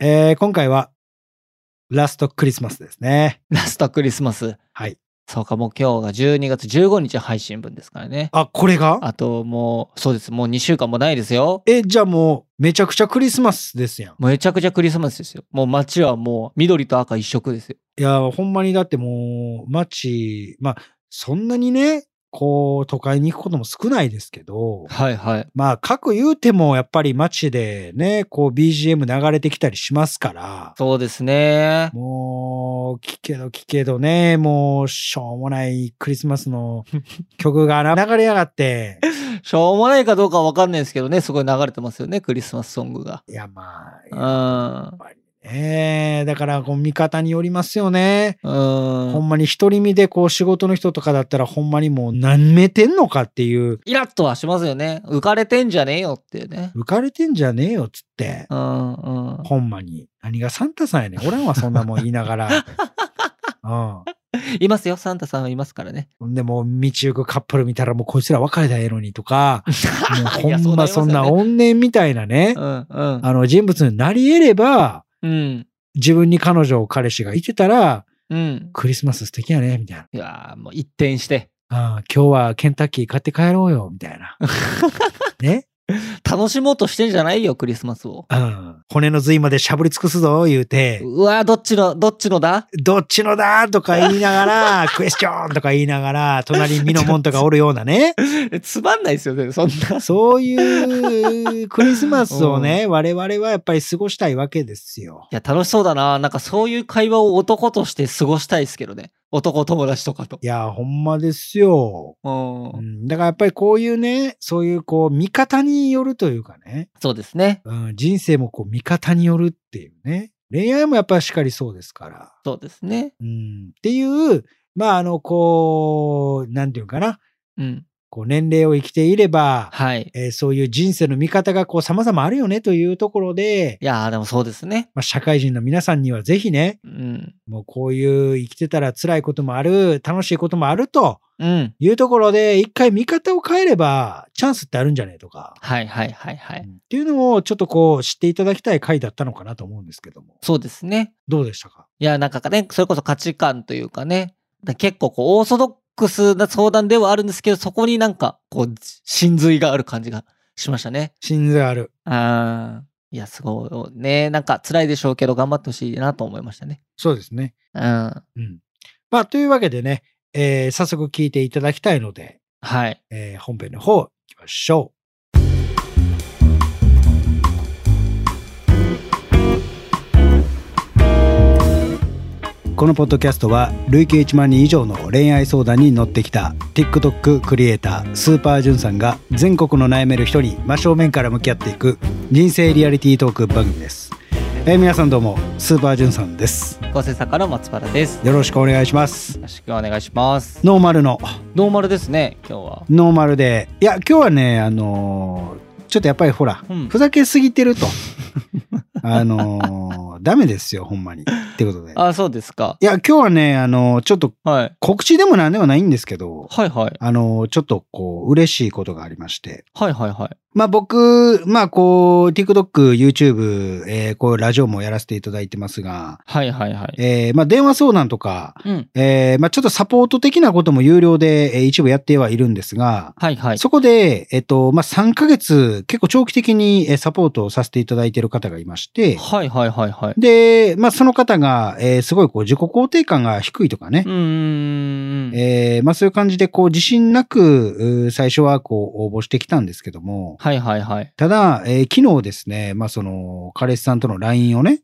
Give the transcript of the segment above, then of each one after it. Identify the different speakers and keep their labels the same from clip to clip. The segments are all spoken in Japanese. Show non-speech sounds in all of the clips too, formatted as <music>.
Speaker 1: えー今回は、ラストクリスマスですね。
Speaker 2: <laughs> ラストクリスマス。
Speaker 1: はい。
Speaker 2: そうか、もう今日が12月15日配信分ですからね。
Speaker 1: あ、これが
Speaker 2: あともう、そうです。もう2週間もないですよ。
Speaker 1: え、じゃあもう、めちゃくちゃクリスマスですやん。
Speaker 2: もうめちゃくちゃクリスマスですよ。もう街はもう緑と赤一色ですよ。
Speaker 1: いや、ほんまにだってもう、街、まあ、そんなにね、こう、都会に行くことも少ないですけど、
Speaker 2: はいはい。
Speaker 1: まあ、各言うても、やっぱり街でね、こう、BGM 流れてきたりしますから、
Speaker 2: そうですね。
Speaker 1: もう、聞けど聞けどね、もう、しょうもないクリスマスの曲が流れやがって、
Speaker 2: しょうもないかどうかはわかんないですけどね、すごい流れてますよね、クリスマスソングが。
Speaker 1: いや、ま
Speaker 2: う
Speaker 1: あ、
Speaker 2: ん。
Speaker 1: ええだから、こう、見方によりますよね。
Speaker 2: う
Speaker 1: ほ
Speaker 2: ん。
Speaker 1: んまに一人身でこう仕事の人とかだったらほんまにもう何めてんのかっていう
Speaker 2: イラッとはしますよね。浮かれてんじゃねえよっていうね。
Speaker 1: 浮かれてんじゃねえよっつって、
Speaker 2: うんうん。
Speaker 1: ほんまに。何がサンタさんやねん。おらんわ、そんなもん言いなが
Speaker 2: <laughs>
Speaker 1: ら。
Speaker 2: いますよ、サンタさんはいますからね。
Speaker 1: うん。でも、道行くカップル見たらもうこいつら別れたらええのにと
Speaker 2: <laughs>
Speaker 1: か、 <laughs> もう
Speaker 2: い
Speaker 1: ほ
Speaker 2: や
Speaker 1: んまそんな
Speaker 2: うり
Speaker 1: 怨念みたいなね
Speaker 2: ます、よねうん
Speaker 1: あの人物になり得れば、
Speaker 2: うん。
Speaker 1: 自分に彼女、彼氏がいてたら、
Speaker 2: うん。うん。
Speaker 1: クリスマス素敵やね、みたいな。
Speaker 2: いやーもう一転して、
Speaker 1: あ今日はケンタッキー買って帰ろうよ、みたいな。ね。
Speaker 2: 楽しもうとしてんじゃないよ、クリスマスを。
Speaker 1: うん。骨の髄までしゃぶり尽くすぞ、言うて、
Speaker 2: うわーどっちの、どっちのだ
Speaker 1: どっちのだとか言いながら、クエスチョンとか言いながら、隣にミノモンとかおるようなね。
Speaker 2: え <laughs> つま <laughs> んないですよね、そんな。
Speaker 1: そういうクリスマスをね、我々はやっぱり過ごしたいわけですよ。
Speaker 2: いや、楽しそうだな。なんかそういう会話を男として過ごしたいですけどね。男友達とかと。
Speaker 1: いや、ほんまですよ。
Speaker 2: うん
Speaker 1: うん、だからやっぱりこういうね、そういうこう見方によるというかね、
Speaker 2: そうですね。
Speaker 1: うん、人生もこう見方によるっていうね、恋愛もやっぱりしっかりそうですから。
Speaker 2: そうですね。
Speaker 1: うん、っていう、まああの、こう、なんていうかな、
Speaker 2: うん。
Speaker 1: こう年齢を生きていれば、
Speaker 2: はい。
Speaker 1: えーそういう人生の見方がこう様々あるよねというところで、
Speaker 2: いやー、でもそうですね。
Speaker 1: まあ、社会人の皆さんにはぜひね、
Speaker 2: うん。
Speaker 1: もうこういう生きてたら辛いこともある、楽しいこともあると
Speaker 2: うん。
Speaker 1: いうところで、一回見方を変えればチャンスってあるんじゃねえとか、
Speaker 2: はいはいはいは
Speaker 1: う
Speaker 2: い。
Speaker 1: んっていうのをちょっとこう知っていただきたい回だったのかなと思うんですけども、
Speaker 2: そうですね。
Speaker 1: どうでしたか
Speaker 2: いや、なんかね、それこそ価値観というかね。だ結構こう、オーソドックスな相談ではあるんですけど、そこになんか、こう、真髄がある感じがしましたね。
Speaker 1: 心臓ある。
Speaker 2: あーいや、すごい。ねなんか辛いでしょうけど、頑張ってほしいなと思いましたね。
Speaker 1: そうですね。
Speaker 2: うん。は
Speaker 1: うん。まあ、というわけでね、えー早速聞いていただきたいので、
Speaker 2: い。
Speaker 1: えー本編の方行きましょう。このポッドキャストは累計1万人以上の恋愛相談に乗ってきた TikTok クリエイタースーパージュンさんが全国の悩める人に真正面から向き合っていく人生リアリティートーク番組です、えー皆さんどうもスーパージュンさんです
Speaker 2: ご制作の松原です。よ
Speaker 1: よろしくお願いします
Speaker 2: ろしくお願いします。
Speaker 1: ノーマルの
Speaker 2: ノーマルですね、今日は。
Speaker 1: ノーマルで。いや、今日はね、あのーちょっとやっぱりほら、
Speaker 2: うん
Speaker 1: ふざけすぎて
Speaker 2: <laughs>
Speaker 1: ると。あのーダメですよ、ほんまに。ってことで。い
Speaker 2: あ、そうですか。
Speaker 1: や、今日はね、あのーちょっと
Speaker 2: はい。
Speaker 1: 告知でもなんでもないんですけど、
Speaker 2: はいはい。
Speaker 1: あのーちょっとこう、嬉しいことがありまして。
Speaker 2: はいはいはい。
Speaker 1: まあ僕、まあこう、TikTok、YouTube、えーこう、ラジオもやらせていただいてますが、
Speaker 2: はいはいはい。
Speaker 1: えーまあ電話相談とか、
Speaker 2: うん。
Speaker 1: えーまあちょっとサポート的なことも有料で、えー一部やってはいるんですが、
Speaker 2: はいはい。
Speaker 1: そこで、えっと、まあ、3ヶ月、結構長期的にえーサポートをさせていただいている方がいまして、
Speaker 2: はいはいはいはい。
Speaker 1: で、まあ、その方が、えーすごいこう自己肯定感が低いとかね
Speaker 2: う、ーん。
Speaker 1: えーまあ、そういう感じで、こう、自信なく、うー最初はこう、応募してきたんですけども、
Speaker 2: はいはいはい。
Speaker 1: ただ、えー昨日ですね、まあ、その、彼氏さんとの LINE をね、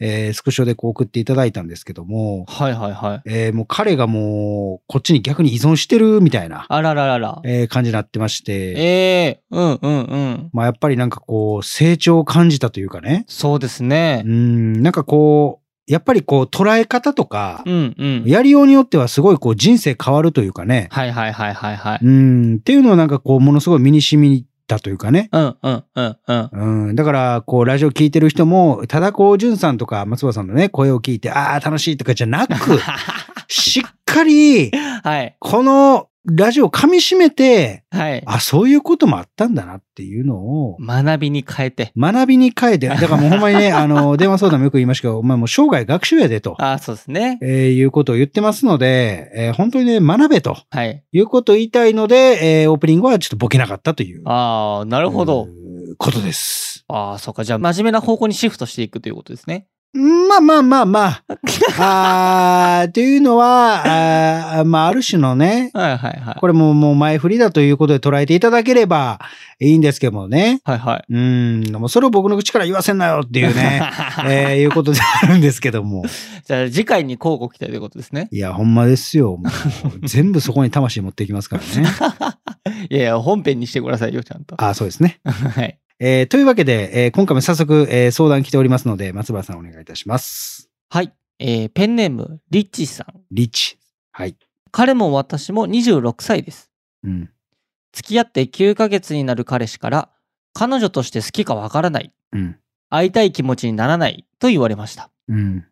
Speaker 1: えースクショでこう送っていただいたんですけども、
Speaker 2: はいはいはい。
Speaker 1: えーもう彼がもう、こっちに逆に依存してるみたいな、
Speaker 2: あらららら。
Speaker 1: えー感じになってまして、
Speaker 2: ええー、うんうんうん。
Speaker 1: まあやっぱりなんかこう成長を感じたというかね。
Speaker 2: そうです
Speaker 1: う
Speaker 2: ね。
Speaker 1: ん、なんかこう、やっぱりこう捉え方とか
Speaker 2: う、んうん。
Speaker 1: やりようによってはすごいこう人生変わるというかね。
Speaker 2: はいはいはいはいはい。
Speaker 1: うん、っていうのをなんかこうものすごい身に染みたというかね。
Speaker 2: うんうんうんうん。
Speaker 1: うん、だから、こう、ラジオ聞いてる人も、ただこう、じゅんさんとか松葉さんのね、声を
Speaker 2: <laughs>
Speaker 1: 聞いて、ああ、楽しいとかじゃなく、しっかり、
Speaker 2: はい。
Speaker 1: このラジオ噛み締めて、
Speaker 2: はい。
Speaker 1: あ、そういうこともあったんだなっていうのを、
Speaker 2: 学びに変えて。
Speaker 1: 学びに変えて、だからもうほんまに
Speaker 2: <laughs>
Speaker 1: ね、あの、電話相談もよく言いましたけど、お前もう生涯学習やでと、
Speaker 2: ああ、そうですね。
Speaker 1: えーいうことを言ってますので、えー本当にね、学べと
Speaker 2: はい。
Speaker 1: いうことを言いたいので、えーオープニングはちょっとボケなかったという。
Speaker 2: ああ、なるほど。
Speaker 1: えーことです。
Speaker 2: ああ、そうか。じゃあ、真面目な方向にシフトしていくということですね。
Speaker 1: まあまあまあま
Speaker 2: <laughs>
Speaker 1: あ。あーというのは、あーまあある種のね、
Speaker 2: はいはいはい。
Speaker 1: これももう前振りだということで捉えていただければいいんですけどもね。
Speaker 2: はいはい。
Speaker 1: うん、もうそれを僕の口から言わせんなよっていう
Speaker 2: <laughs>
Speaker 1: ね、えーいうことであるんですけども。
Speaker 2: じゃあ、次回に交互期待ということですね。 <laughs>
Speaker 1: いや、ほんまですよ。も <laughs> う全部そこに魂持っていきますからね。
Speaker 2: いやいや、本編にしてくださいよ、ちゃんと。
Speaker 1: あーそうですね。
Speaker 2: はい。
Speaker 1: えーというわけで、えー今回も早速、えー相談来ておりますので、松原さんお願いいたします。
Speaker 2: はい。えーペンネーム、リッチさん。
Speaker 1: リッチ。はい。
Speaker 2: 彼も私も26歳です。
Speaker 1: うん。
Speaker 2: 付き合って9ヶ月になる彼氏から、彼女として好きかわからない。
Speaker 1: うん。
Speaker 2: 会いたい気持ちにならないと言われました。
Speaker 1: うん。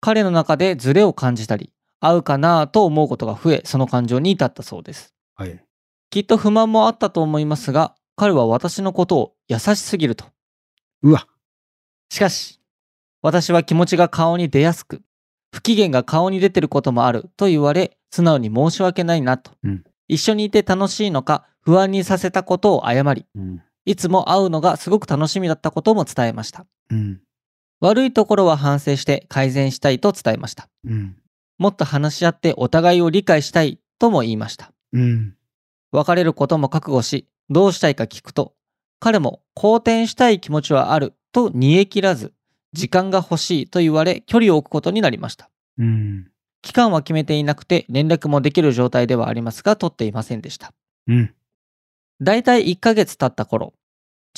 Speaker 2: 彼の中でズレを感じたり、合うかなと思うことが増え、その感情に至ったそうです。
Speaker 1: はい。
Speaker 2: きっと不満もあったと思いますが、彼は私のことを優しすぎると。
Speaker 1: うわ。
Speaker 2: しかし、私は気持ちが顔に出やすく、不機嫌が顔に出てることもあると言われ、素直に申し訳ないなと。
Speaker 1: うん
Speaker 2: 一緒にいて楽しいのか、不安にさせたことを謝り、
Speaker 1: うん。
Speaker 2: いつも会うのがすごく楽しみだったことも伝えました。
Speaker 1: うん。
Speaker 2: 悪いところは反省して改善したいと伝えました。
Speaker 1: うん。
Speaker 2: もっと話し合ってお互いを理解したいとも言いました。
Speaker 1: うん。
Speaker 2: 別れることも覚悟し、どうしたいか聞くと、彼も好転したい気持ちはあると煮え切らず、時間が欲しいと言われ距離を置くことになりました。
Speaker 1: うん。
Speaker 2: 期間は決めていなくて連絡もできる状態ではありますが取っていませんでした。
Speaker 1: うん。
Speaker 2: だいたい1ヶ月経った頃、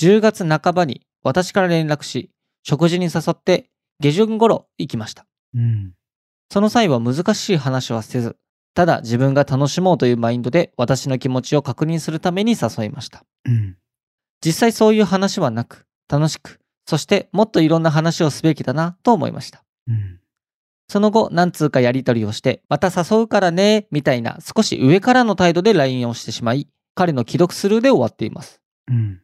Speaker 2: 10月半ばに私から連絡し、食事に誘って下旬頃行きました。
Speaker 1: うん。
Speaker 2: その際は難しい話はせず、ただ自分が楽しもうというマインドで私の気持ちを確認するために誘いました。
Speaker 1: うん。
Speaker 2: 実際そういう話はなく、楽しく、そしてもっといろんな話をすべきだなと思いました。
Speaker 1: うん。
Speaker 2: その後、何通かやり取りをして、また誘うからね、みたいな少し上からの態度で LINE をしてしまい、彼の既読スルーで終わっています。
Speaker 1: うん。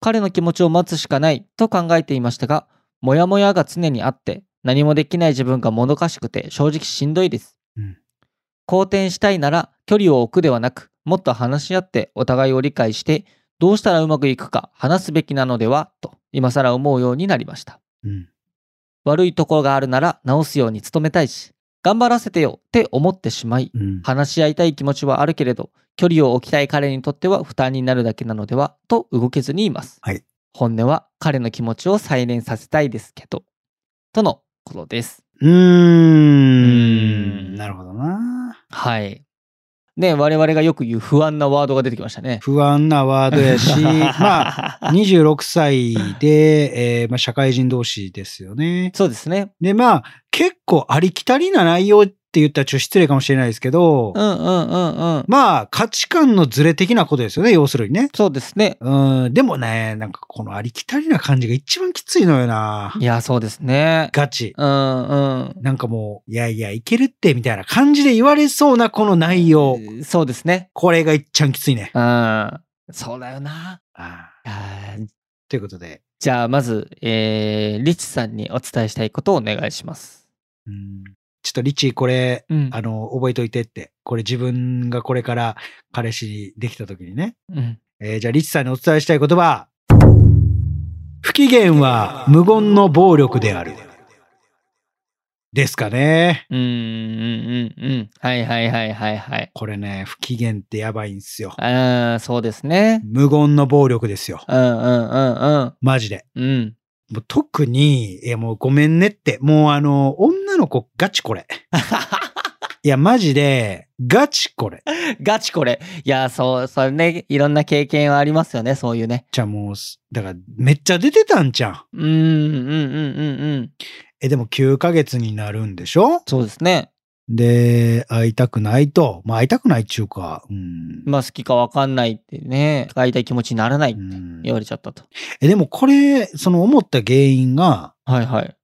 Speaker 2: 彼の気持ちを待つしかないと考えていましたが、モヤモヤが常にあって、何もできない自分がもどかしくて正直しんどいです。
Speaker 1: うん
Speaker 2: 好転したいなら距離を置くではなく、もっと話し合ってお互いを理解して、どうしたらうまくいくか話すべきなのではと今更思うようになりました。
Speaker 1: うん。
Speaker 2: 悪いところがあるなら直すように努めたいし、頑張らせてよって思ってしまい、
Speaker 1: うん。
Speaker 2: 話し合いたい気持ちはあるけれど距離を置きたい彼にとっては負担になるだけなのではと動けずにいます、
Speaker 1: はい
Speaker 2: 本音は彼の気持ちを再燃させたいですけどとのことです
Speaker 1: うーん。なるほどな。
Speaker 2: はいね我々がよく言う不安なワードが出てきましたね
Speaker 1: 不安なワードや <laughs>
Speaker 2: <laughs>
Speaker 1: し、まあ、 <laughs>
Speaker 2: あ
Speaker 1: 26歳で、えーまあ、社会人同士ですよね。
Speaker 2: <laughs> そうですね
Speaker 1: で、まあ、結構ありきたりな内容って言ったらちょっと失礼かもしれないですけど、
Speaker 2: うんうんうんうん
Speaker 1: まあ、価値観のズレ的なことですよね、要するにね。
Speaker 2: そうですね。
Speaker 1: うん、でもね、なんかこのありきたりな感じが一番きついのよない
Speaker 2: やそうですね
Speaker 1: ガチ。
Speaker 2: うんうん
Speaker 1: なんかもう、いやいや、いけるって、みたいな感じで言われそうなこの内容。
Speaker 2: そうですね
Speaker 1: これがいっちゃんきついね。
Speaker 2: うんそうだよな
Speaker 1: ああ
Speaker 2: いやー
Speaker 1: ということで、
Speaker 2: じゃあ、まず、えー、リチさんにお伝えしたいことをお願いします。
Speaker 1: うん、ちょっとリッチーこれ、
Speaker 2: うん
Speaker 1: あの、覚えといてって。これ自分がこれから彼氏できた時にね。
Speaker 2: うん。
Speaker 1: えーじゃあリッチさんにお伝えしたい言葉。不機嫌は無言の暴力である。ですかね。
Speaker 2: うん、うん、うん、うん。はいはいはいはいはい。
Speaker 1: これね、不機嫌ってやばいんすよ。
Speaker 2: ああ、そうですね。
Speaker 1: 無言の暴力ですよ。
Speaker 2: うん、うん、うん、
Speaker 1: マジで。
Speaker 2: うん。うん。
Speaker 1: もう特に、いやもうごめんねって、もうあの、女の子ガチこ
Speaker 2: <laughs>
Speaker 1: れ。いや、マジで、ガチこれ。
Speaker 2: ガチこれ。いや、そう、それね、いろんな経験はありますよね、そういうね。
Speaker 1: じゃあもう、だから、めっちゃ出てたんじゃん。
Speaker 2: うん、うん、うん、うん、うん。
Speaker 1: え、でも9ヶ月になるんでしょ
Speaker 2: そうですね。
Speaker 1: で、会いたくないと。まあ、会いたくないっちゅうか、うん。
Speaker 2: まあ、好きかわかんないってね、会いたい気持ちにならないっ
Speaker 1: う
Speaker 2: て
Speaker 1: ん
Speaker 2: 言われちゃったと。
Speaker 1: え、でもこれ、その思った原因が、
Speaker 2: はいはい。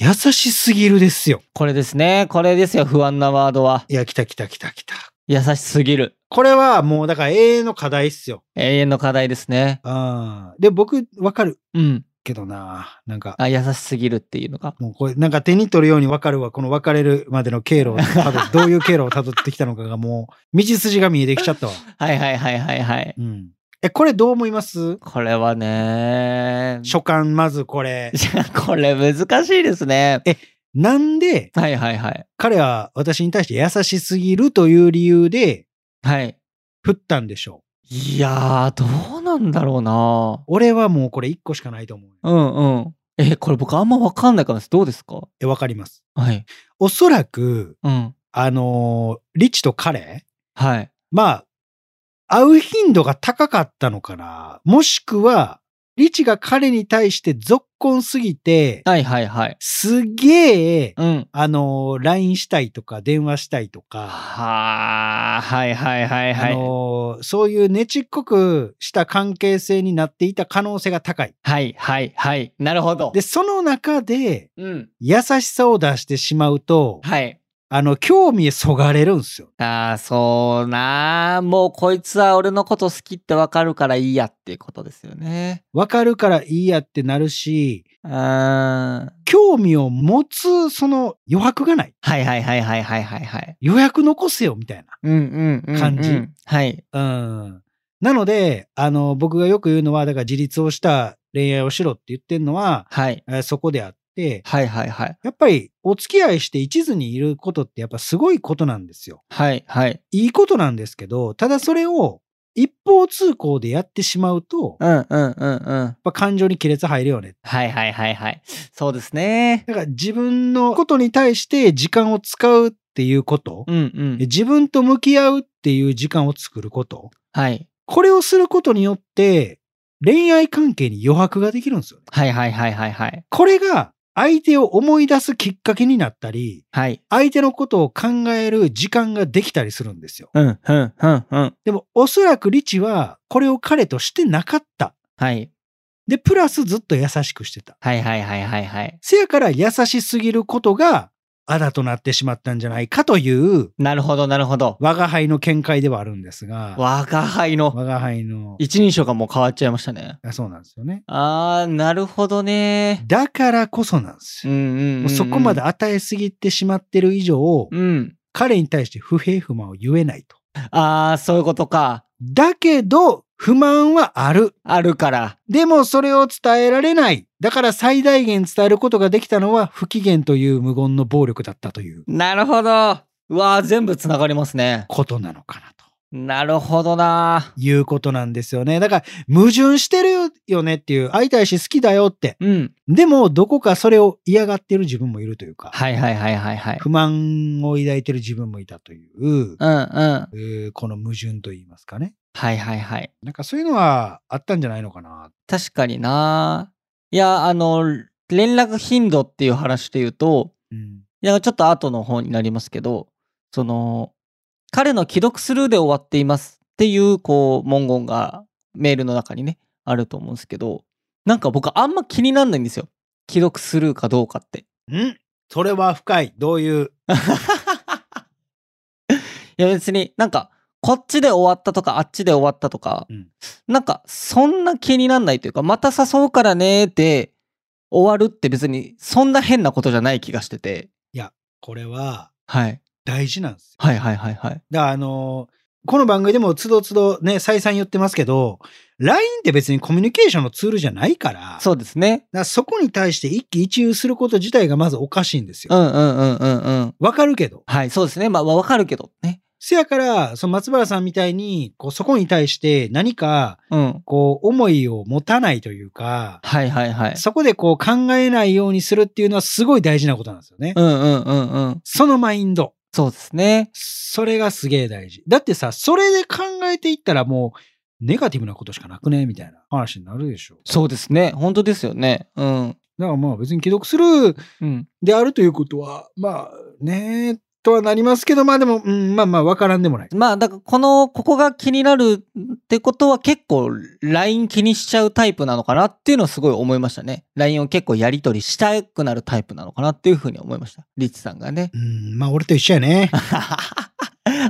Speaker 1: 優しすぎるですよ。
Speaker 2: これですね。これですよ、不安なワードは。
Speaker 1: いや、来た来た来た来た。
Speaker 2: 優しすぎる。
Speaker 1: これはもうだから永遠の課題っすよ。
Speaker 2: 永遠の課題ですね。
Speaker 1: あーで、僕、わかる
Speaker 2: うん。
Speaker 1: けどな。なんか、
Speaker 2: あ、優しすぎるっていうのが。
Speaker 1: もうこれ、なんか手に取るようにわかるわ。この別れるまでの経路を
Speaker 2: <laughs>
Speaker 1: たどどういう経路をたどってきたのかがもう、道筋が見えてきちゃったわ。
Speaker 2: はいはいはいはいはい。
Speaker 1: うん。え、これどう思います
Speaker 2: これはね。
Speaker 1: 書簡、まずこれ。
Speaker 2: じゃ <laughs> あこれ難しいですね。
Speaker 1: なんで、
Speaker 2: はいはいはい。
Speaker 1: 彼は私に対して優しすぎるという理由で、
Speaker 2: はい。
Speaker 1: 振ったんでしょう。
Speaker 2: いやー、どうなんだろうな。
Speaker 1: 俺はもうこれ一個しかないと思う。
Speaker 2: うんうん。え、これ僕あんまわかんないからです。どうですか
Speaker 1: え、わかります。
Speaker 2: はい。
Speaker 1: おそらく、
Speaker 2: うん。
Speaker 1: あのーリチと彼、
Speaker 2: はい。
Speaker 1: まあ、会う頻度が高かったのかな。もしくは、リチが彼に対して続婚すぎて、
Speaker 2: はいはいはい。
Speaker 1: すげえ、
Speaker 2: うん。
Speaker 1: あのー LINE したいとか、電話したいとか、
Speaker 2: はー、はいはいはいは
Speaker 1: あ
Speaker 2: い。
Speaker 1: のーそういうねちっこくした関係性になっていた可能性が高い。
Speaker 2: はいはいはい。なるほど。
Speaker 1: で、その中で、
Speaker 2: うん。
Speaker 1: 優しさを出してしまうと、
Speaker 2: はい。
Speaker 1: あの、興味へそがれるんですよ。
Speaker 2: ああ、そうなー。もうこいつは俺のこと好きってわかるからいいやっていうことですよね。
Speaker 1: わかるからいいやってなるし、
Speaker 2: うーん。は
Speaker 1: 興味を持つその余白がない。
Speaker 2: いはいはいはいはいはいはい。
Speaker 1: 余白残せよみたい
Speaker 2: うんうんうん、うん。
Speaker 1: 感じ
Speaker 2: はい。
Speaker 1: な。うん。なので、あの、僕がよく言うのは、だから自立をした恋愛をしろって言ってるのは、
Speaker 2: はい。
Speaker 1: えーそこであって、
Speaker 2: はいはいはい。
Speaker 1: やっぱりお付き合いして一途にいることってやっぱすごいことなんですよ。
Speaker 2: はいはい。
Speaker 1: いいことなんですけど、ただそれを一方通行でやってしまうと、やっ
Speaker 2: うんうんうんうん。
Speaker 1: ぱ感情に亀裂入るよね。
Speaker 2: はいはいはいはい。そうですね。
Speaker 1: だから自分のことに対して時間を使うっていうこと、
Speaker 2: うんうん。
Speaker 1: 自分と向き合うっていう時間を作ること、
Speaker 2: はい。
Speaker 1: これをすることによって恋愛関係に余白ができるんですよね。
Speaker 2: はいはいはいはいはい。
Speaker 1: これが相手を思い出すきっかけになったり、
Speaker 2: はい。
Speaker 1: 相手のことを考える時間ができたりするんですよ。
Speaker 2: うんうんうんうん。
Speaker 1: でもおそらくリチはこれを彼としてなかった。
Speaker 2: はい。
Speaker 1: で、プラスずっと優しくしてた。
Speaker 2: はいはいはいはいはい。
Speaker 1: せやから優しすぎることがあだとなってしまったんじゃないかという
Speaker 2: なるほどなるほど。
Speaker 1: 我が輩の見解ではあるんですが、
Speaker 2: 我輩の
Speaker 1: 我が輩の、
Speaker 2: 一人称がもう変わっちゃいましたね。
Speaker 1: あそうなんですよね。
Speaker 2: あー、なるほどね。
Speaker 1: だからこそなんです
Speaker 2: うん
Speaker 1: よ。
Speaker 2: うんうん、う
Speaker 1: も
Speaker 2: ん。
Speaker 1: うそこまで。与えすぎてしまってる以上、
Speaker 2: うん。
Speaker 1: 彼に対して不平不満を言えないと。
Speaker 2: あー、そういうことか。
Speaker 1: だけど、不満はある。
Speaker 2: あるから。
Speaker 1: でもそれを伝えられない。だから最大限伝えることができたのは不機嫌という無言の暴力だったという
Speaker 2: なるほど。うわー、全部つながりますね。
Speaker 1: ことなのかなと
Speaker 2: なるほどな
Speaker 1: いうことなんですよね。だから矛盾してるよねっていう、会いたいし好きだよって。
Speaker 2: うん。
Speaker 1: でもどこかそれを嫌がってる自分もいるというか、
Speaker 2: はいはいはいはいはい。
Speaker 1: 不満を抱いてる自分もいたという、
Speaker 2: うんうん。
Speaker 1: えーこの矛盾と言いますかね。
Speaker 2: はいはいはい。
Speaker 1: なんかそういうのはあったんじゃないのかな。
Speaker 2: 確かにないや、あの、連絡頻度っていう話で言うと、
Speaker 1: うん。
Speaker 2: いや、ちょっと後の方になりますけど、その、彼の既読スルーで終わっていますっていう、こう、文言がメールの中にね、あると思うんですけど、なんか僕あんま気になんないんですよ。既読スルーかどうかって。
Speaker 1: んそれは深い。どういう。
Speaker 2: いや、別になんか、こっちで終わったとか、あっちで終わったとか、
Speaker 1: うん
Speaker 2: なんか、そんな気になんないというか、また誘うからねーで終わるって別に、そんな変なことじゃない気がしてて。
Speaker 1: これは
Speaker 2: はい。
Speaker 1: 大事なんですよ。
Speaker 2: はいはいはいはい。
Speaker 1: だからあのーこの番組でもつどつどね、再三言ってますけど、LINE って別にコミュニケーションのツールじゃないから、
Speaker 2: そうです
Speaker 1: だ
Speaker 2: ね。
Speaker 1: からそこに対して一喜一憂すること自体がまずおかしいんです
Speaker 2: う
Speaker 1: よ。
Speaker 2: んうんうんうんうん。
Speaker 1: わかるけど。
Speaker 2: はい、そうですね。まあ、まあわかるけどね。
Speaker 1: せやから、その松原さんみたいに、こう、そこに対して何か、
Speaker 2: うん。
Speaker 1: こう、思いを持たないというか、
Speaker 2: はいはいはい。
Speaker 1: そこでこう考えないようにするっていうのはすごい大事なことなんですよね。
Speaker 2: うんうんうんうん。
Speaker 1: そのマインド。
Speaker 2: そうですね。
Speaker 1: それがすげえ大事。だってさ、それで考えていったらもう、ネガティブなことしかなくねみたいな話になるでしょ。
Speaker 2: そうですね。本当ですよね。うん。
Speaker 1: だからまあ別に既読する
Speaker 2: うん。
Speaker 1: であるということは、まあね、とはなりますけど、まあでも、うん、まあまあわからんでもない。。
Speaker 2: まあ、だから、この、ここが気になるってことは結構、LINE 気にしちゃうタイプなのかなっていうのをすごい思いましたね。LINE を結構やり取りしたく <laughs> なるタイプなのかなっていうふうに思いました。リッチさんがね
Speaker 1: うん、まあ俺と一緒やね。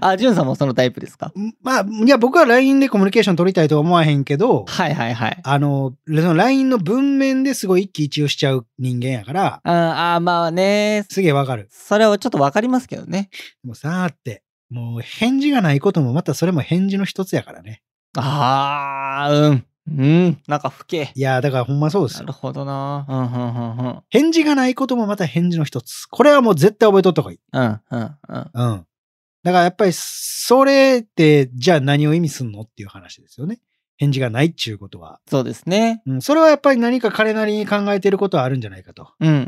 Speaker 2: あ、ジュンさんもそのタイプですか
Speaker 1: まあ、いや、僕は LINE でコミュニケーション取りたいとは思わへんけど、
Speaker 2: はいはいはい。
Speaker 1: あの、その LINE の文面ですごい一喜一憂しちゃう人間やから、
Speaker 2: ああー、まあね、
Speaker 1: すげえわかる。
Speaker 2: それはちょっとわかりますけどね。
Speaker 1: でもさーって、もう返事がないこともまたそれも返事の一つやからね。
Speaker 2: ああ、うん。うん。なんか不敬。
Speaker 1: いやー、だからほんまそうです
Speaker 2: な
Speaker 1: よ。
Speaker 2: るほどな。うん、うん、うん、うん。
Speaker 1: 返事がないこともまた返事の一つ。これはもう絶対覚えとった方がいい。
Speaker 2: うん、うん、うん。
Speaker 1: うん。だからやっぱり、それって、じゃあ何を意味すんのっていう話ですよね。返事がないっていうことは。
Speaker 2: そうですね。
Speaker 1: うん、それはやっぱり何か彼なりに考えてることはあるんじゃないかと。
Speaker 2: うん、うん、うん、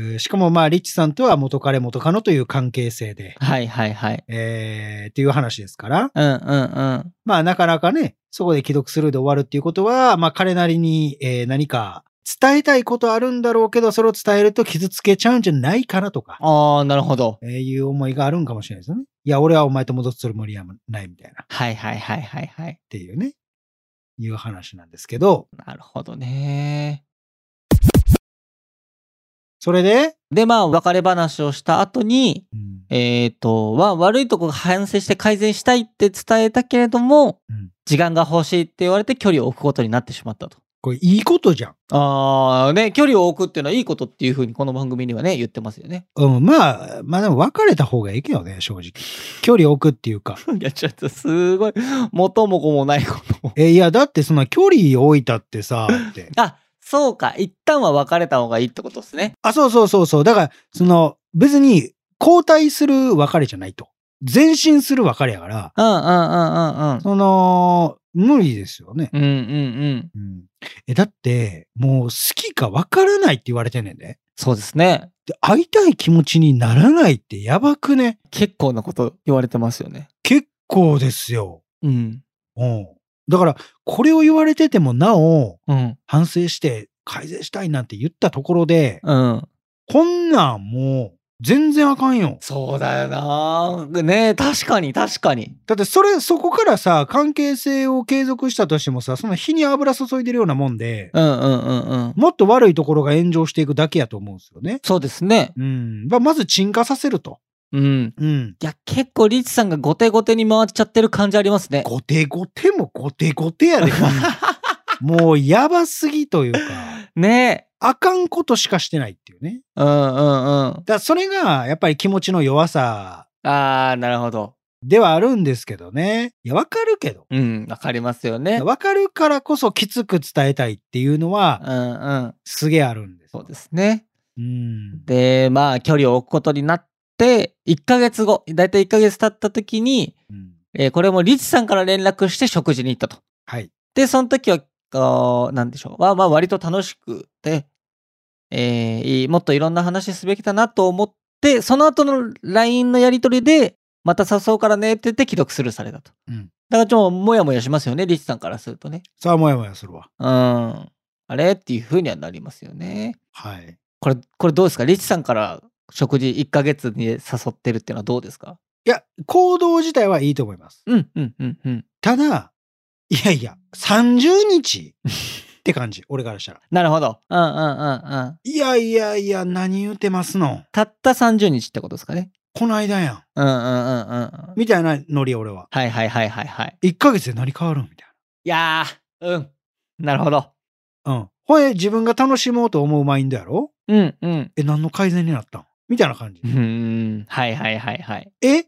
Speaker 2: うん。
Speaker 1: えーしかもまあ、リッチさんとは元彼元彼のという関係性で、
Speaker 2: はい、はい、はい。
Speaker 1: えーっていう話ですから、
Speaker 2: うん、うん、うん。
Speaker 1: まあ、なかなかね、そこで既読スルーで終わるっていうことは、まあ、彼なりに、えー何か伝えたいことあるんだろうけど、それを伝えると傷つけちゃうんじゃないかなとか、
Speaker 2: ああ、なるほど。
Speaker 1: えーいう思いがあるんかもしれないですよね。いや、俺はお前と戻すつもりはないみたいな、っ
Speaker 2: はい、はい、はい、はい、はい。
Speaker 1: ていうね、いう話なんですけど、
Speaker 2: なるほどね。
Speaker 1: それで、
Speaker 2: で、まあ、別れ話をした後に、
Speaker 1: うん
Speaker 2: えっ、と、は、悪いとこが反省して改善したいって伝えたけれども、
Speaker 1: うん
Speaker 2: 時間が欲しいって言われて距離を置くことになってしまったと。
Speaker 1: これいいことじゃん。
Speaker 2: ああ、ね、距離を置くっていうのはいいことっていうふうにこの番組にはね、言ってますよね。
Speaker 1: うん、まあ、まあでも別れた方がいいけどね、正直。距離置くっていうか。
Speaker 2: いや、ちょっとすごい、元も子もないことを。
Speaker 1: え、いや、だってその距離置いたってさ、
Speaker 2: <laughs>
Speaker 1: って。
Speaker 2: あ、そうか。一旦は別れた方がいいってことですね。
Speaker 1: あ、そうそうそうそう。だから、その、別に、交代する別れじゃないと。前進する別れやから、
Speaker 2: うんうんうんうんうん。
Speaker 1: その、無理ですよね。
Speaker 2: うんうんうん。
Speaker 1: うん。え、だって、もう好きか分からないって言われてんねんで。
Speaker 2: そうですね。
Speaker 1: で会いたい気持ちにならないってやばくね。
Speaker 2: 結構なこと言われてますよね。
Speaker 1: 結構ですよ。
Speaker 2: うん。
Speaker 1: うん。だから、これを言われててもなお、
Speaker 2: うん。
Speaker 1: 反省して改善したいなんて言ったところで、
Speaker 2: うん。
Speaker 1: こんなんもう全然あかんよ。
Speaker 2: そうだよなね確かに確かに。
Speaker 1: だってそれ、そこからさ、関係性を継続したとしてもさ、その火に油注いでるようなもんで、
Speaker 2: うんうんうんうん。
Speaker 1: もっと悪いところが炎上していくだけやと思うんですよね。
Speaker 2: そうですね。
Speaker 1: うん。まあまず沈下させると。
Speaker 2: うん。
Speaker 1: うん。
Speaker 2: いや、結構リチさんが後手後手に回っちゃってる感じありますね。
Speaker 1: ゴテゴテもゴテゴテやで。こんなんもうやばすぎというか、
Speaker 2: <laughs> ね
Speaker 1: あかんことしかしてないっていうね。
Speaker 2: うんうんう
Speaker 1: だ
Speaker 2: ん。
Speaker 1: からそれがやっぱり気持ちの弱さ
Speaker 2: あー、なるほど。
Speaker 1: ではあるんですけどね。いや、わかるけど。
Speaker 2: うん、わかりますよね。
Speaker 1: わかるからこそきつく伝えたいっていうのは
Speaker 2: うんうん。
Speaker 1: すげえあるんです。
Speaker 2: そうですね。
Speaker 1: うん。
Speaker 2: で、まあ、距離を置くことになって、1ヶ月後、だいたい1ヶ月経った時に、
Speaker 1: うん
Speaker 2: えーこれもリチさんから連絡して食事に行ったと。
Speaker 1: はい。
Speaker 2: で、その時は、こうなんでしょう。まあまあ、割と楽しくて、えーいいもっといろんな話すべきだなと思って、その後の LINE のやり取りで、また誘うからねって言って、既読スルーされたと。
Speaker 1: うん
Speaker 2: だから、ちょっともやもやしますよね、リチさんからするとね。
Speaker 1: さあ、もやもやするわ。
Speaker 2: うん。あれっていうふうにはなりますよね。
Speaker 1: はい。
Speaker 2: これ、これどうですかリチさんから食事1ヶ月に誘ってるっていうのはどうですか
Speaker 1: いや、行動自体はいいと思います。
Speaker 2: うん、うん、うん、うん。
Speaker 1: ただ、いやいや、30日
Speaker 2: <laughs>
Speaker 1: って感じ、俺からしたら。
Speaker 2: なるほど。うん、うん、うん、うん。
Speaker 1: いやいやいや、何言うてますの。
Speaker 2: たった30日ってことですかね。
Speaker 1: こないだやん。
Speaker 2: うん、うん、うん、うんうん。
Speaker 1: みたいなノリ、俺は。
Speaker 2: はいはいはいはいはい。
Speaker 1: 1ヶ月で何変わるんみたい
Speaker 2: いやー、うん。なるほど。
Speaker 1: な。うん。ほえ、自分が楽しもうと思うマインドやろ
Speaker 2: うんうん。
Speaker 1: え、何の改善になったんみたいな感じ
Speaker 2: う。ん。はいはいはいはい。
Speaker 1: え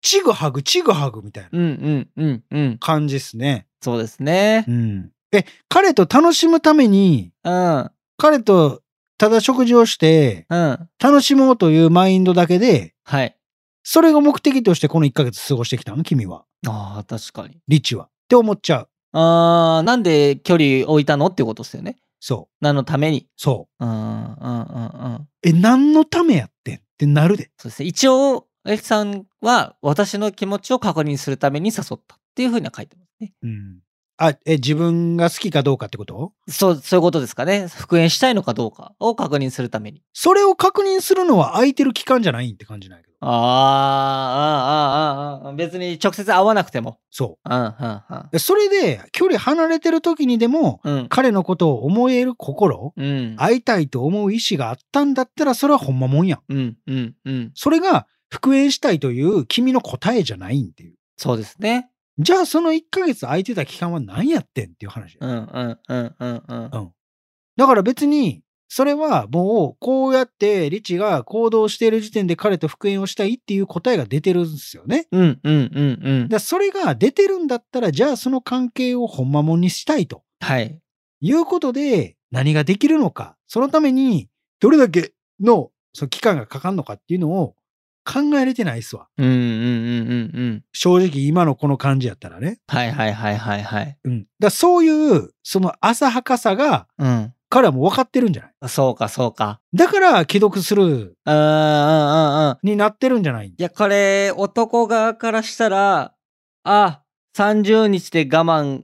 Speaker 1: ちぐはぐ、ちぐはぐみたいな
Speaker 2: うんうんうんうん。
Speaker 1: 感じっすね。
Speaker 2: そうですね。
Speaker 1: うん。え、彼と楽しむために、
Speaker 2: うん
Speaker 1: 彼とただ食事をして、
Speaker 2: うん。
Speaker 1: 楽しもうというマインドだけで、
Speaker 2: はい。
Speaker 1: それが目的としてこの1ヶ月過ごしてきたの君は。
Speaker 2: ああ、確かに。
Speaker 1: リッチは。って思っちゃう。
Speaker 2: ああ、なんで距離置いたのっていうことですよね。
Speaker 1: そう。
Speaker 2: 何のために。
Speaker 1: そ
Speaker 2: うんうんうんうん。
Speaker 1: う。え、何のためやってんってなるで。
Speaker 2: そうですね。一応、エキさんは私の気持ちを確認するために誘ったっていうふうには書いてますね。
Speaker 1: うん。あ、え、自分が好きかどうかってこと
Speaker 2: そう、そういうことですかね。復縁したいのかどうかを確認するために。
Speaker 1: それを確認するのは空いてる期間じゃないって感じなんやけど。
Speaker 2: ああ、ああ、ああ、ああ別に直接会わなくても。
Speaker 1: そ
Speaker 2: うん、うん、うん
Speaker 1: う。それで、距離離れてる時にでも、
Speaker 2: うん。
Speaker 1: 彼のことを思える心、
Speaker 2: うん。
Speaker 1: 会いたいと思う意志があったんだったら、それはほんまもんやん。
Speaker 2: うん、うん、うん。
Speaker 1: それが、復縁したいという君の答えじゃないんっていう。
Speaker 2: そうですね。
Speaker 1: じゃあその1ヶ月空いてた期間は何やってんっていう話。
Speaker 2: うんうんうんうんうん。
Speaker 1: だから別に、それはもうこうやってリチが行動している時点で彼と復縁をしたいっていう答えが出てるんですよね。
Speaker 2: うんうんうんうん
Speaker 1: だ。からそれが出てるんだったら、じゃあその関係をほんまもんにしたいと
Speaker 2: はい。
Speaker 1: いうことで何ができるのか、そのためにどれだけのその期間がかかるのかっていうのを考えれてないっすわ。
Speaker 2: うんうんうんうんうん。
Speaker 1: 正直今のこの感じやったらね。
Speaker 2: はいはいはいはいはい。
Speaker 1: うん。だからそういうその浅はかさが
Speaker 2: うん。
Speaker 1: 彼はもう分かってるんじゃない
Speaker 2: そうかそうか。
Speaker 1: だから既読する
Speaker 2: うんうんうんうん。
Speaker 1: になってるんじゃない
Speaker 2: いや、これ、男側からしたら、あ、30日で我慢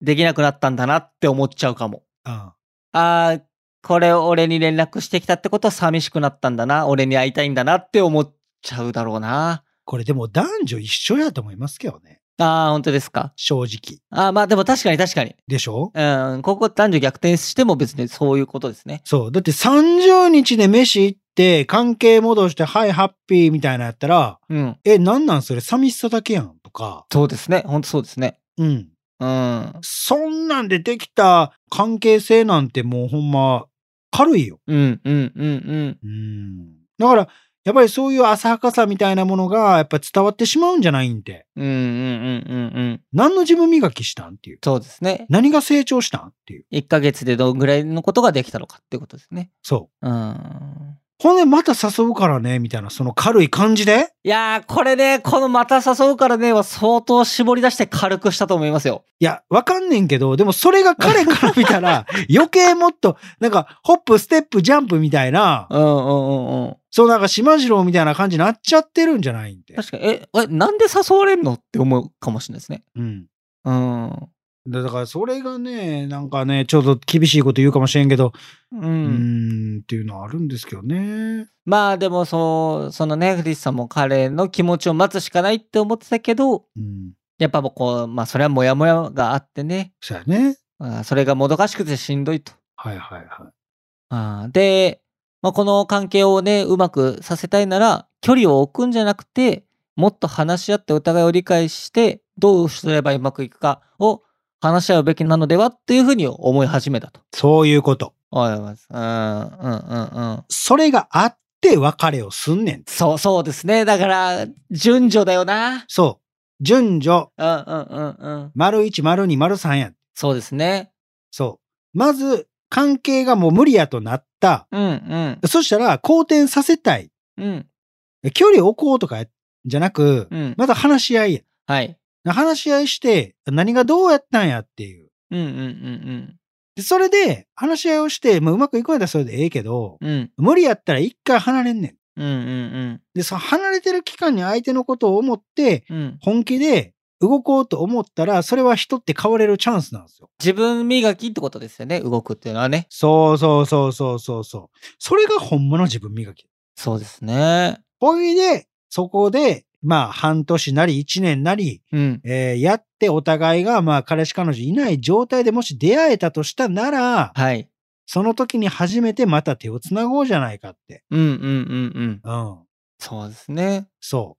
Speaker 2: できなくなったんだなって思っちゃうかも。
Speaker 1: あ
Speaker 2: あーこれ俺に連絡してきたってことは寂しくなったんだな。俺に会いたいんだなって思っちゃうだろうな。
Speaker 1: これでも男女一緒やと思いますけどね。
Speaker 2: ああ、本当ですか。
Speaker 1: 正直。
Speaker 2: あーまあでも確かに確かに。
Speaker 1: でしょ
Speaker 2: うん、ここ男女逆転しても別にそういうことですね。
Speaker 1: そう。だって30日で飯行って関係戻して、はい、ハッピーみたいなやったら、
Speaker 2: うん。
Speaker 1: え、なんなんそれ寂しさだけやんとか、
Speaker 2: そうですね。本当そうですね。
Speaker 1: うん。
Speaker 2: うん。
Speaker 1: そんなんでできた関係性なんてもうほんま軽いよ。
Speaker 2: うんうんうん
Speaker 1: うん。だから、やっぱりそういう浅はかさみたいなものがやっぱ伝わってしまうんじゃないんで。
Speaker 2: うん。うんうんうんうんうん。
Speaker 1: 何の自分磨きしたんっていう。
Speaker 2: そうですね。
Speaker 1: 何が成長したんっていう。
Speaker 2: 1ヶ月でどんぐらいのことができたのかってことですね。
Speaker 1: そう。
Speaker 2: うん。
Speaker 1: ほんでまた誘うからね、みたいな、その軽い感じで。
Speaker 2: いやー、これね、このまた誘うからねは相当絞り出して軽くしたと思いますよ。
Speaker 1: いや、わかんねんけど、でもそれが彼から見た
Speaker 2: <laughs>
Speaker 1: ら、余計もっと、なんか、ホップ、ステップ、ジャンプみたいな、
Speaker 2: うんうんうんうん。
Speaker 1: そうなんか、島次郎みたいな感じになっちゃってるんじゃないんで。
Speaker 2: 確かに、え、え、なんで誘われんのって思うかもしれないですね。
Speaker 1: うん。
Speaker 2: うん。
Speaker 1: だだから、それがね、なんかね、ちょっと厳しいこと言うかもしれんけど、
Speaker 2: う。
Speaker 1: うんーん、っていうのはあるんですけどね。
Speaker 2: まあでもそう、そのね、リスさんも彼の気持ちを待つしかないって思ってたけど、
Speaker 1: うん。
Speaker 2: やっぱもうこう、まあそれはモヤモヤがあってね、
Speaker 1: そうやね。
Speaker 2: あーそれがもどかしくてしんどいと。
Speaker 1: はいはいは
Speaker 2: あーで、まあ、この関係をねうまくさせたいなら距離を置くんじゃなくてもっと話し合ってお互いを理解してどうすればうまくいくかを話し合うべきなのではっていうふうに思い始めたと
Speaker 1: い。そういうこと。
Speaker 2: 思います。うんうんうんうん。
Speaker 1: それがあって、別れをすんねん。
Speaker 2: そうそうですね。だから順序だよな。
Speaker 1: そう。順序、
Speaker 2: うんうんうんうん。
Speaker 1: 丸1、丸2、丸3や。
Speaker 2: そうですね。
Speaker 1: そう。まず、関係がもう無理やとなった。
Speaker 2: うんうん
Speaker 1: そしたら、好転させたい。
Speaker 2: うん
Speaker 1: 距離を置こうとかじゃなく、
Speaker 2: うん。
Speaker 1: また話し合い
Speaker 2: はい。
Speaker 1: や。話し合いして、何がどうやったんやっていう。
Speaker 2: うんうんうん
Speaker 1: でそれで、話し合いをして、まあ、うまくいくんやったらそれでええけど、
Speaker 2: うん。うん
Speaker 1: 無理やったら一回離れんねん。
Speaker 2: うんうん
Speaker 1: で、その離れてる期間に相手のことを思って、
Speaker 2: うんうん。
Speaker 1: 本気で動こうと思ったら、それは人って変われるチャンスなんですよ。
Speaker 2: 自分磨きってことですよね動くっていうのはね。
Speaker 1: そうそうそうそうそうそう。それが本物の自分磨き。
Speaker 2: そうですね。
Speaker 1: ほいで、そこで、まあ、半年なり、一年なり、
Speaker 2: うん。
Speaker 1: えーやってお互いが、まあ、彼氏彼女いない状態でもし出会えたとしたなら、
Speaker 2: はい。
Speaker 1: その時に初めてまた手をつなごうじゃないかって。
Speaker 2: うんうんうんうん。
Speaker 1: うん。
Speaker 2: そうですね。
Speaker 1: そう。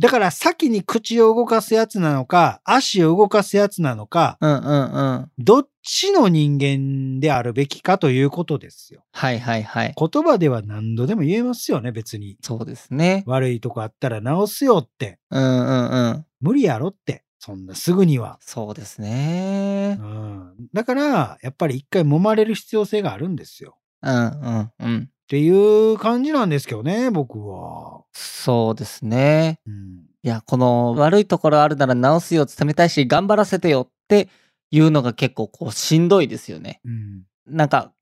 Speaker 1: だから、先に口を動かすやつなのか、足を動かすやつなのか、
Speaker 2: うんうんうん。
Speaker 1: どっちの人間であるべきかということですよ。
Speaker 2: はいはいはい。
Speaker 1: 言葉では何度でも言えますよね、別に。
Speaker 2: そうですね。
Speaker 1: 悪いとこあったら直すよって。
Speaker 2: うんうんうん。
Speaker 1: 無理やろって。そんなすぐには。
Speaker 2: そうですね
Speaker 1: う。んだから、やっぱり一回揉まれる必要性があるんですよ。
Speaker 2: うんうんう
Speaker 1: っ
Speaker 2: ん。
Speaker 1: ていう感じなんですけどね、僕は。
Speaker 2: そうですね。
Speaker 1: うん、
Speaker 2: いや、この悪いところあるなら直すよ、伝めたいし、頑張らせてよっていうのが結構こうしんどいですよね。
Speaker 1: うん、
Speaker 2: なんか、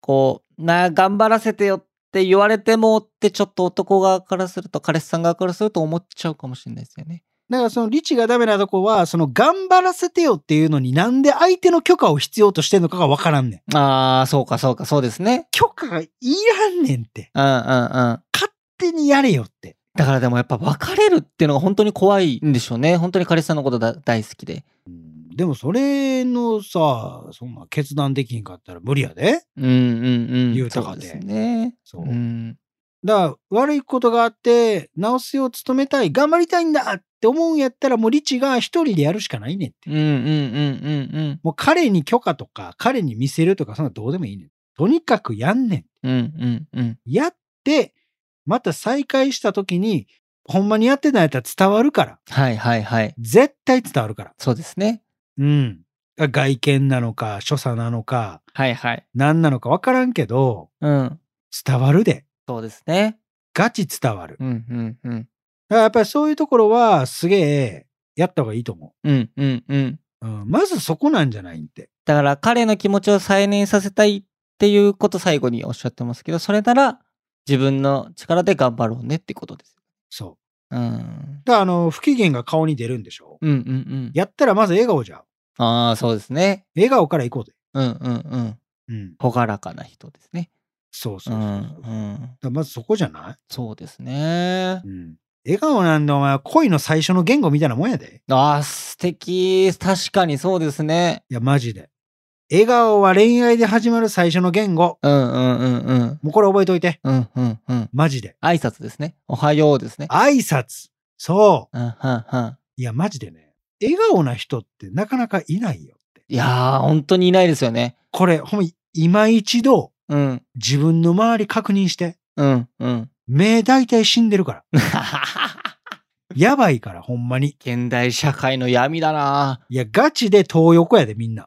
Speaker 2: こう、なあ、頑張らせてよって言われてもってちょっと男側からすると、彼氏さん側からすると思っちゃうかもしれないですよね。
Speaker 1: だからその、リチがダメなとこは、その、頑張らせてよっていうのになんで相手の許可を必要としてんのかがわからんねん。
Speaker 2: ああ、そうかそうか、そうですね。
Speaker 1: 許可がいらんねんって。
Speaker 2: うんうんうん。
Speaker 1: 勝手にやれよって。
Speaker 2: だからでもやっぱ別れるっていうのが本当に怖いんでしょうね。本当に彼氏さんのことだ大好きで。
Speaker 1: でもそれのさ、そんな決断できんかったら無理やで。
Speaker 2: うんうんうん。
Speaker 1: 豊かで
Speaker 2: そうですね。
Speaker 1: そう
Speaker 2: うん。
Speaker 1: だから悪いことがあって直すよう努めたい頑張りたいんだって思うんやったらもうリチが一人でやるしかないねんって
Speaker 2: うんうんうん
Speaker 1: もう彼に許可とか彼に見せるとかそんなどうでもいいねんとにかくやんねん
Speaker 2: うんうんうんうん
Speaker 1: やってまた再会した時にほんまにやってないやったら伝わるから
Speaker 2: はいはいはい
Speaker 1: 絶対伝わるから
Speaker 2: そうですね
Speaker 1: うん外見なのか所作なのか
Speaker 2: はいはい
Speaker 1: 何なのか分からんけど
Speaker 2: うん
Speaker 1: 伝わるで
Speaker 2: そうですね
Speaker 1: ガチ伝わる
Speaker 2: うんうんうん
Speaker 1: だからやっぱりそういうところはすげえやった方がいいと思
Speaker 2: うんうんうん
Speaker 1: う。うん、まずそこなんじゃないんって。
Speaker 2: だから彼の気持ちを再燃させたいっていうこと最後におっしゃってますけどそれなら自分の力で頑張ろうねってことです
Speaker 1: そ
Speaker 2: うん
Speaker 1: う。だからあの、不機嫌が顔に出るんでしょ
Speaker 2: うんうんうん
Speaker 1: やったらまず笑顔じゃん。
Speaker 2: ああそうですね
Speaker 1: 笑顔から行こうぜ。
Speaker 2: うんうんうん
Speaker 1: うん。
Speaker 2: 朗らかな人ですね
Speaker 1: そう
Speaker 2: う
Speaker 1: そうそうそう。
Speaker 2: ん
Speaker 1: だ
Speaker 2: う
Speaker 1: か
Speaker 2: ん
Speaker 1: らまずそこじゃな
Speaker 2: そうですね
Speaker 1: いうん。笑顔なんでお前は恋の最初の言語みたいなもんやで。
Speaker 2: ああ素敵確かにそうですね
Speaker 1: いや、マジで。笑顔は恋愛で始まる最初の言語。
Speaker 2: うんうんうんうん
Speaker 1: もうこれ覚えといて。
Speaker 2: うんうんうん
Speaker 1: マジで。
Speaker 2: 挨拶ですねおはようですね
Speaker 1: 挨拶。そ
Speaker 2: うんうんうん
Speaker 1: う。いや、マジでね。笑顔な人ってなかなかいないよって。
Speaker 2: いやー本当にいないですよね
Speaker 1: これ、ほんま、今一度、
Speaker 2: うん
Speaker 1: 自分の周り確認して。
Speaker 2: うんうん
Speaker 1: 目大体死んでるから。やばいから、ほんまに。
Speaker 2: <laughs> 現代社会の闇だない
Speaker 1: や、ガチで東横やで、みんな。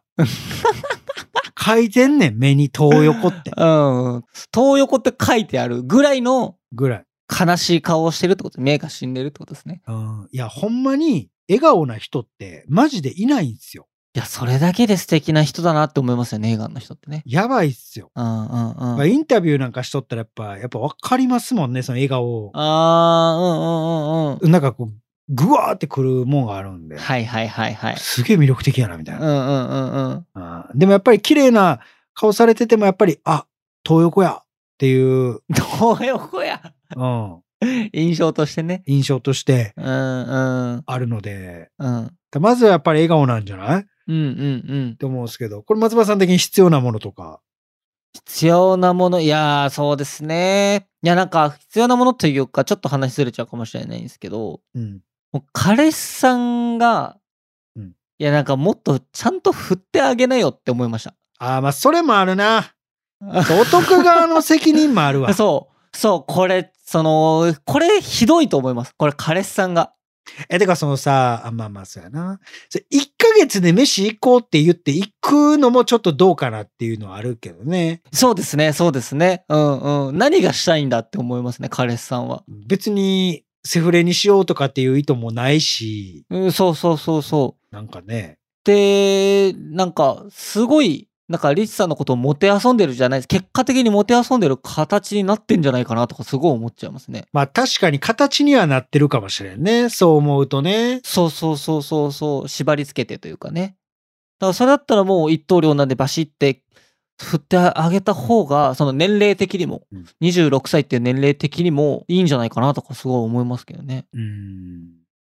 Speaker 1: 書いてんねん、目に東横って。
Speaker 2: うん東横って書いてあるぐらいの
Speaker 1: ぐらい。
Speaker 2: 悲しい顔をしてるってこと目が死んでるってことですね
Speaker 1: うん。いや、ほんまに、笑顔な人って、マジでいないんすよ。
Speaker 2: いやそれだけで素敵な人だなって思いますよね映画の人ってね
Speaker 1: やばいっすよ。
Speaker 2: うんうんう
Speaker 1: ま
Speaker 2: ん
Speaker 1: あインタビューなんかしとったら、やっぱ、やっぱわかりますもんね、その笑顔。
Speaker 2: あー、うんうんうんうん。
Speaker 1: なんかこう、ぐわーってくるもんがあるんで。
Speaker 2: はいはいはいはい。
Speaker 1: すげえ魅力的やな、みたい
Speaker 2: うん
Speaker 1: な。
Speaker 2: うんうんうん。
Speaker 1: あーでもやっぱり綺麗な顔されててもやっぱり、あ、東横やっていう、
Speaker 2: 東横や。
Speaker 1: うん、
Speaker 2: 印象としてね。
Speaker 1: 印象として
Speaker 2: うんうん
Speaker 1: あるので、
Speaker 2: うん。
Speaker 1: まずはやっぱり笑顔なんじゃないっ
Speaker 2: うんうんうん。
Speaker 1: て思うんですけど、これ松葉さん的に必要なものとか。
Speaker 2: 必要なもの、いやー、そうですね。いや、なんか、必要なものというか、ちょっと話ずれちゃうかもしれないんですけど、
Speaker 1: うん。
Speaker 2: もう彼氏さんが、
Speaker 1: うん
Speaker 2: いや、なんか、もっとちゃんと振ってあげなよって思いました。。
Speaker 1: ああ、まあそれもあるな。男側の責任もあるわ
Speaker 2: <laughs> そう、そう、これ、その、これ、ひどいと思います。これ、彼氏さんが。
Speaker 1: え、てかそのさ、あまあまあそうやな。それ1ヶ月で飯行こうって言って行くのもちょっとどうかなっていうのはあるけどね。
Speaker 2: そうですね、そうですね。うんうん。何がしたいんだって思いますね、彼氏さんは。
Speaker 1: 別にセフレにしようとかっていう意図もないし、
Speaker 2: うん、そうそうそうそう。
Speaker 1: なんかね。
Speaker 2: で、なんか、すごい、なんか、リチさんのことをもてあそんでるじゃないです。結果的にもてあそんでる形になってんじゃないかなとか、すごい思っちゃいますね。
Speaker 1: まあ確かに形にはなってるかもしれんね。そう思うとね。
Speaker 2: そうそうそうそうそう、縛り付けてというかね。だから、それだったらもう一刀両なんでバシって、振ってあげた方が、その年齢的にも
Speaker 1: うん、
Speaker 2: 26歳っていう年齢的にもいいんじゃないかなとか、すごい思いますけどね。
Speaker 1: うん。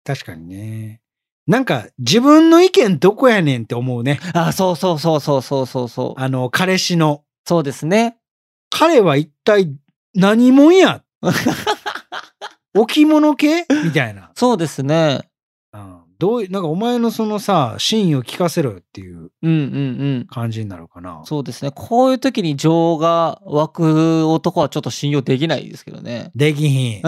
Speaker 1: 確かにね。なんか自分の意見どこやねんって思うね。
Speaker 2: あ、そうそうそうそうそうそうそう。
Speaker 1: あの、彼氏の。
Speaker 2: そうですね。
Speaker 1: 彼は一体何もんや <laughs> 置物系みたいな。
Speaker 2: そうですね。
Speaker 1: うん。どういなんかお前のそのさ、真意を聞かせろよっていう
Speaker 2: うんうん
Speaker 1: 感じになるかな
Speaker 2: うん。。そうですね。こういう時に情が湧く男はちょっと信用できないですけどね。
Speaker 1: でき
Speaker 2: <laughs>
Speaker 1: ひん。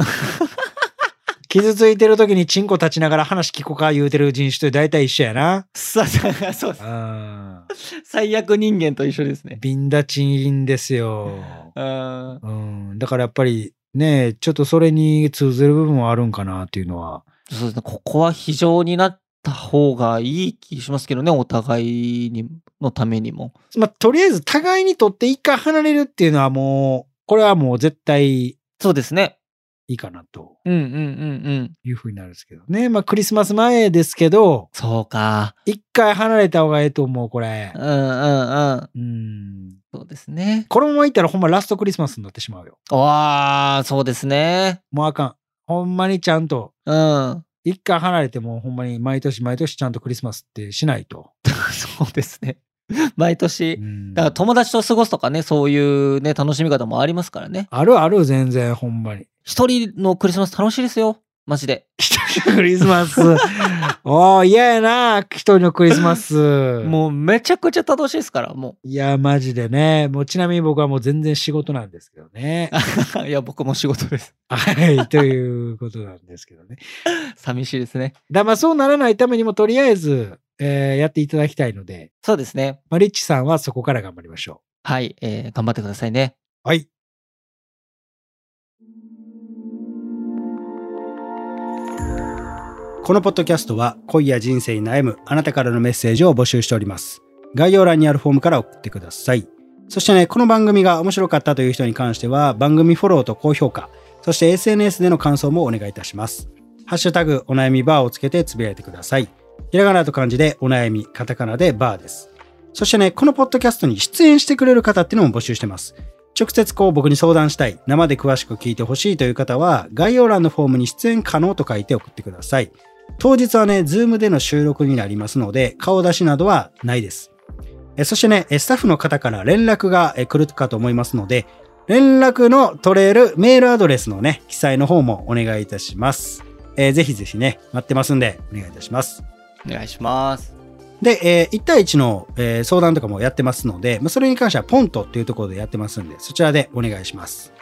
Speaker 1: 傷ついてる時にチンコ立ちながら話聞こか言うてる人種と大体一緒やな。
Speaker 2: さ、 <laughs> さそうで
Speaker 1: うん。
Speaker 2: す。最悪人間と一緒ですね。
Speaker 1: ビンダチンですよ。
Speaker 2: うん。
Speaker 1: うん。だからやっぱりね、ちょっとそれに通ずる部分はあるんかなっていうのは。
Speaker 2: そうですね。ここは非常になった方がいい気しますけどね。お互いにのためにも。
Speaker 1: まあ、とりあえず互いにとって一回離れるっていうのはもう、これはもう絶対い
Speaker 2: そうですね。
Speaker 1: いかなと
Speaker 2: うんうんうんうん。
Speaker 1: いうふうになるんですけどね。まあ、クリスマス前ですけど、
Speaker 2: そうか。
Speaker 1: 一回離れた方がええと思う、これ
Speaker 2: うん。うんうん。
Speaker 1: うん。
Speaker 2: そうですね。
Speaker 1: このままいったらほんまラストクリスマスになってしまうよ。
Speaker 2: わあ、そうですね。
Speaker 1: もうあかん。ほんまにちゃんと、
Speaker 2: うん。 <laughs>
Speaker 1: 一回離れてもほんまに毎年毎年ちゃんとクリスマスってしないと。
Speaker 2: そうですね。毎年。
Speaker 1: うん
Speaker 2: だから友達と過ごすとかね、そういうね、楽しみ方もありますからね。
Speaker 1: あるある、全然、ほんまに。
Speaker 2: 一人のクリスマス楽しいですよ。マジで。
Speaker 1: 一人のクリスマス。 <laughs> おー、嫌やな、一人のクリスマ <laughs> ス。もう。
Speaker 2: <laughs> もうめちゃくちゃ楽しいですから、も
Speaker 1: いや、マジでね。もうちなみに僕はもう全然仕事なんですけどね。
Speaker 2: う。い <laughs> や、僕も仕事です。
Speaker 1: はい、ということなんですけどね。
Speaker 2: 寂しいですね。
Speaker 1: だまあそうならないためにもとりあえず、えーやっていただきたいので、
Speaker 2: そうですね。
Speaker 1: まあ、リッチさんはそこから頑張りましょ
Speaker 2: はい、えー頑張ってくださいね。
Speaker 1: う。はい。このポッドキャストは恋や人生に悩むあなたからのメッセージを募集しております。概要欄にあるフォームから送ってください。そしてね、この番組が面白かったという人に関しては番組フォローと高評価、そして SNS での感想もお願いいたします。ハッシュタグお悩みバーをつけてつぶやいてください。ひらがなと漢字でお悩み、カタカナでバーです。そしてね、このポッドキャストに出演してくれる方っていうのも募集してます。直接こう僕に相談したい、生で詳しく聞いてほしいという方は、概要欄のフォームに出演可能と書いて送ってください。当日はね、ズームでの収録になりますので、顔出しなどはないです。えそしてね、えスタッフの方から連絡がえ来るかと思いますので、連絡の取れるメールアドレスのね、記載の方もお願いいたします。えーぜひぜひね、待ってますんで、お願いいたします。
Speaker 2: お願いします。
Speaker 1: で、えー1対1の、えー相談とかもやってますので、まあ、それに関してはポントっていうところでやってますんで、そちらでお願いします。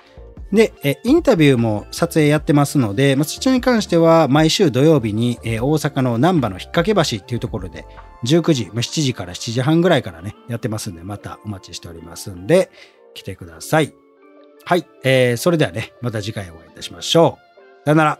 Speaker 1: で、えーインタビューも撮影やってますので、まあ、そちらに関しては毎週土曜日に、えー大阪の難波の引っ掛け橋っていうところで、19時、まあ、7時から7時半ぐらいからね、やってますんで、またお待ちしておりますんで、来てください。はい、えーそれではね、また次回お会いいたしましょう。さよなら。